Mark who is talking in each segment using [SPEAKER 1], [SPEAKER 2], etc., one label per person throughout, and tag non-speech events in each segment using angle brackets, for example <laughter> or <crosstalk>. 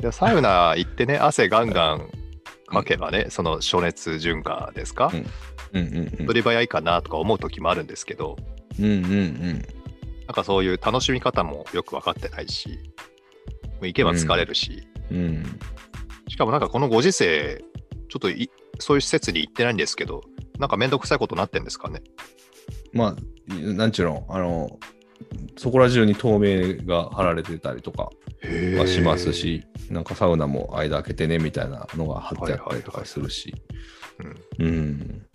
[SPEAKER 1] でもサウナ行ってね、汗ガンガンかけばね、その暑熱順化ですか、
[SPEAKER 2] うんうん
[SPEAKER 1] どれ早いかなとか思う時もあるんですけど、
[SPEAKER 2] うんうんうん
[SPEAKER 1] なんかそういう楽しみ方もよく分かってないし、もう行けば疲れるし、
[SPEAKER 2] うんうん
[SPEAKER 1] しかもなんかこのご時世、ちょっといそういう施設に行ってないんですけど、なんかめんどくさいことなってんですかね。
[SPEAKER 2] まあなんちゅうのあのそこら中に透明が貼られてたりとかはしますし、なんかサウナも間開けてねみたいなのが貼ってあったりとかするし、
[SPEAKER 1] うん。
[SPEAKER 2] うん。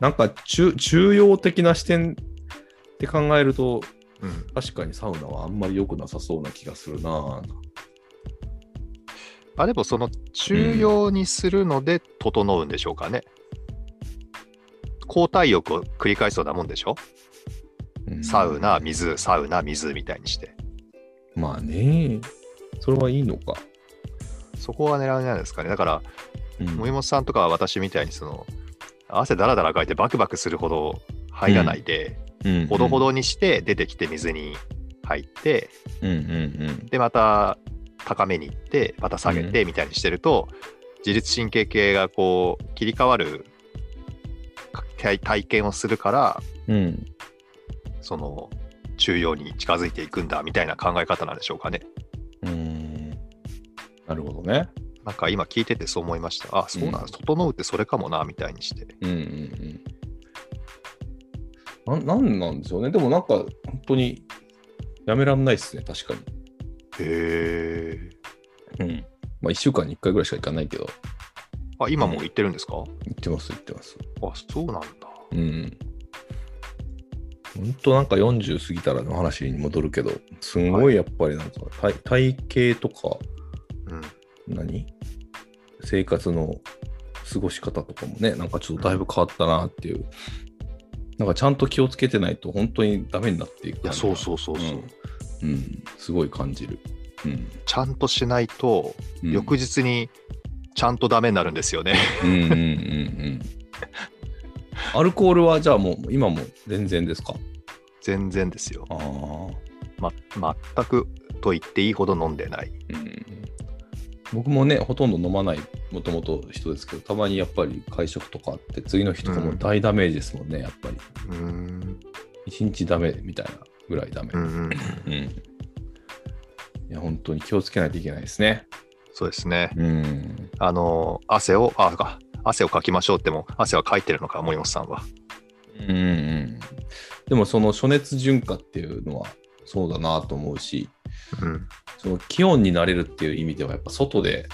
[SPEAKER 2] なんか中中央的な視点って考えると、
[SPEAKER 1] うん、
[SPEAKER 2] 確かにサウナはあんまり良くなさそうな気がするな。
[SPEAKER 1] あでもその中庸にするので整うんでしょうかね。交代浴を繰り返すようなもんでしょ、
[SPEAKER 2] うん
[SPEAKER 1] サウナ、水、サウナ、水みたいにして。
[SPEAKER 2] まあね。それはいいのか。
[SPEAKER 1] そこは狙いなんですかね。だから、
[SPEAKER 2] うん
[SPEAKER 1] 森本さんとか私みたいにその汗だらだらかいてバクバクするほど入らないで、
[SPEAKER 2] うん
[SPEAKER 1] ほどほどにして出てきて水に入って、
[SPEAKER 2] うんうんうん
[SPEAKER 1] でまた高めに行ってまた下げてみたいにしてると、自律神経系がこう切り替わるか体体験をするから
[SPEAKER 2] うん。うん
[SPEAKER 1] その中央に近づいていくんだみたいな考え方なんでしょうかね。
[SPEAKER 2] うん。なるほどね。
[SPEAKER 1] なんか今聞いててそう思いました。あ、そうなん、
[SPEAKER 2] うん
[SPEAKER 1] 整うってそれかもな、みたいにして。
[SPEAKER 2] うんうんうん。ななんなんでしょうね。でもなんか本当にやめらんないですね、確か
[SPEAKER 1] へえ。
[SPEAKER 2] に。うん。まあ1週間に1回ぐらいしか行かないけど、
[SPEAKER 1] あ、今もう行ってるんですか、
[SPEAKER 2] 行ってます行ってます。
[SPEAKER 1] あ、そうなんだ。
[SPEAKER 2] うん。ほんとなんか40過ぎたらの話に戻るけど、すんごいやっぱりなんか体,、体型とか
[SPEAKER 1] うん。
[SPEAKER 2] 何生活の過ごし方とかもね、なんかちょっとだいぶ変わったなっていう。なんかちゃんと気をつけてないと本当にダメになっていく
[SPEAKER 1] いや、そうそうそううそう、
[SPEAKER 2] ん。うん、すごい感じる。うん。
[SPEAKER 1] ちゃんとしないと、
[SPEAKER 2] うん
[SPEAKER 1] 翌日にちゃんとダメになるんですよね。 <laughs>
[SPEAKER 2] うんうんうんうん。アルコールはじゃあもう今も全然ですか
[SPEAKER 1] 全然ですよ。
[SPEAKER 2] ああ。
[SPEAKER 1] ま、全くと言っていいほど飲んでない。
[SPEAKER 2] うん僕もねほとんど飲まないもともと人ですけどたまにやっぱり会食とかあって次の日とかも大ダメージですもんね、やっぱり
[SPEAKER 1] うーん。
[SPEAKER 2] 一日ダメみたいなぐらいダメ
[SPEAKER 1] うんうん。
[SPEAKER 2] うん、いや本当に気をつけないといけないですね
[SPEAKER 1] そうですね。
[SPEAKER 2] うん
[SPEAKER 1] あの、汗を、あ、そうか。汗をかきましょうっても、汗はかいてるのか、森本さんは。
[SPEAKER 2] うんうんでもその暑熱順化っていうのはそうだなと思うし
[SPEAKER 1] うん。
[SPEAKER 2] その気温になれるっていう意味ではやっぱ外で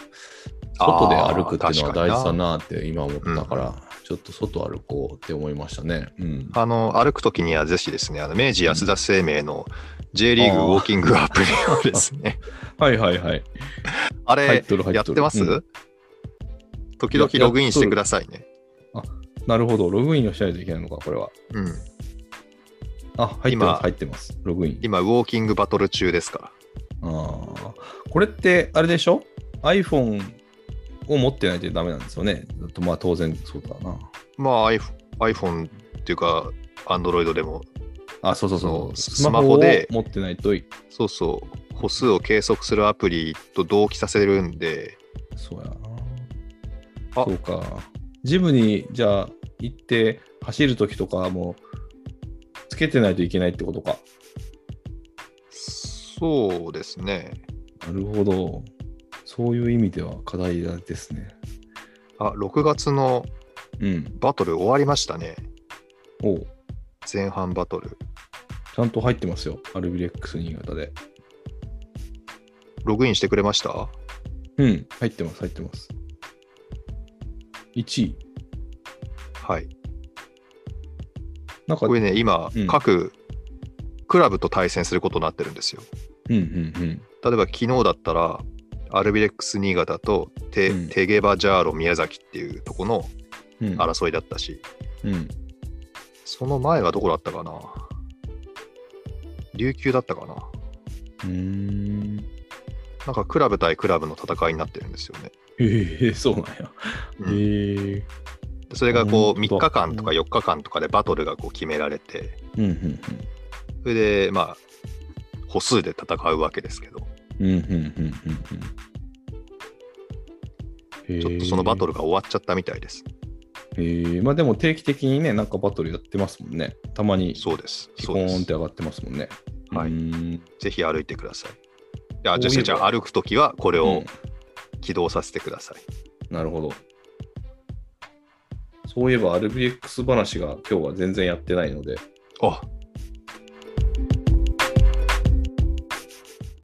[SPEAKER 1] あー
[SPEAKER 2] 外で歩くっていう
[SPEAKER 1] 確か
[SPEAKER 2] のは
[SPEAKER 1] に
[SPEAKER 2] 大
[SPEAKER 1] な
[SPEAKER 2] 事だなって今思ったからちょっと外歩こうって思いましたねうん
[SPEAKER 1] あの、歩くときにはぜひですね、あの明治安田生命の J リーグウォーキングアプリをですね、
[SPEAKER 2] はいはいはい。
[SPEAKER 1] あ
[SPEAKER 2] 入っ
[SPEAKER 1] れ
[SPEAKER 2] とる入っとる
[SPEAKER 1] やってます、
[SPEAKER 2] うん
[SPEAKER 1] 時々ログインしてくださいね。
[SPEAKER 2] なるほど。ログインをしないといけないのか、これは。
[SPEAKER 1] うん、
[SPEAKER 2] あ、入って
[SPEAKER 1] 今
[SPEAKER 2] ます、入ってます。ログイン。
[SPEAKER 1] 今、ウォーキングバトル中ですから。
[SPEAKER 2] あーこれって、あれでしょ ?iPhone を持ってないとダメなんですよね。だとまあ当然そうだな。
[SPEAKER 1] まあ、iPhone, iPhone っていうか、Android でも、
[SPEAKER 2] あ、そうそうそう。
[SPEAKER 1] そう
[SPEAKER 2] スマ
[SPEAKER 1] スマ
[SPEAKER 2] ホ
[SPEAKER 1] ホ
[SPEAKER 2] で
[SPEAKER 1] で
[SPEAKER 2] 持ってないとい、
[SPEAKER 1] そうそう、歩数を計測するアプリと同期させるんで、
[SPEAKER 2] そうやな。
[SPEAKER 1] あ
[SPEAKER 2] そうか。ジムに、じゃあ、行って走るときとかも、つけてないといけないってことか。
[SPEAKER 1] そうですね。
[SPEAKER 2] なるほど。そういう意味では課題ですね。
[SPEAKER 1] あ、6月の
[SPEAKER 2] うん。
[SPEAKER 1] バトル終わりましたね。
[SPEAKER 2] おう
[SPEAKER 1] 前半バトル。
[SPEAKER 2] ちゃんと入ってますよ。アルビレックス新潟で。
[SPEAKER 1] ログインしてくれました
[SPEAKER 2] うん。入ってます、入ってます。1位。
[SPEAKER 1] はい。
[SPEAKER 2] なんか、
[SPEAKER 1] これね、今、
[SPEAKER 2] うん
[SPEAKER 1] 各クラブと対戦することになってるんですよ。
[SPEAKER 2] うんうん
[SPEAKER 1] 例えば昨日だったらアルビレックス新潟とテ,、
[SPEAKER 2] うん
[SPEAKER 1] テゲバジャーロ宮崎っていうとこの
[SPEAKER 2] うん。うん、
[SPEAKER 1] 争いだったし、
[SPEAKER 2] うん。
[SPEAKER 1] その前はどこだったかな琉球だったかな
[SPEAKER 2] うーん。
[SPEAKER 1] なんかクラブ対クラブの戦いになってるんですよね。
[SPEAKER 2] ええそうなんや。
[SPEAKER 1] うん
[SPEAKER 2] ええ
[SPEAKER 1] それがこう
[SPEAKER 2] 本当
[SPEAKER 1] 3日間とか4日間とかでバトルがこう決められて
[SPEAKER 2] うんうん
[SPEAKER 1] それでまあ歩数で戦うわけですけど
[SPEAKER 2] うんうんうんうんうん。
[SPEAKER 1] ちょっとそのバト
[SPEAKER 2] ル。
[SPEAKER 1] ルが終わっちゃったみたいです。
[SPEAKER 2] えー、まあでも定期的にね、なんかバトルやってますもんね。たまに
[SPEAKER 1] そうです。
[SPEAKER 2] ピ
[SPEAKER 1] そ
[SPEAKER 2] コ
[SPEAKER 1] うで
[SPEAKER 2] ーンっ
[SPEAKER 1] す
[SPEAKER 2] て。上がってますもんね。
[SPEAKER 1] はい
[SPEAKER 2] うん
[SPEAKER 1] ぜひ歩いてください。いや、
[SPEAKER 2] こういえば
[SPEAKER 1] じゃあ、じゃあ歩くときはこれ
[SPEAKER 2] うん
[SPEAKER 1] を起動させてください。
[SPEAKER 2] なるほど。そういえば RBX 話が今日は全然やってないので、
[SPEAKER 1] あ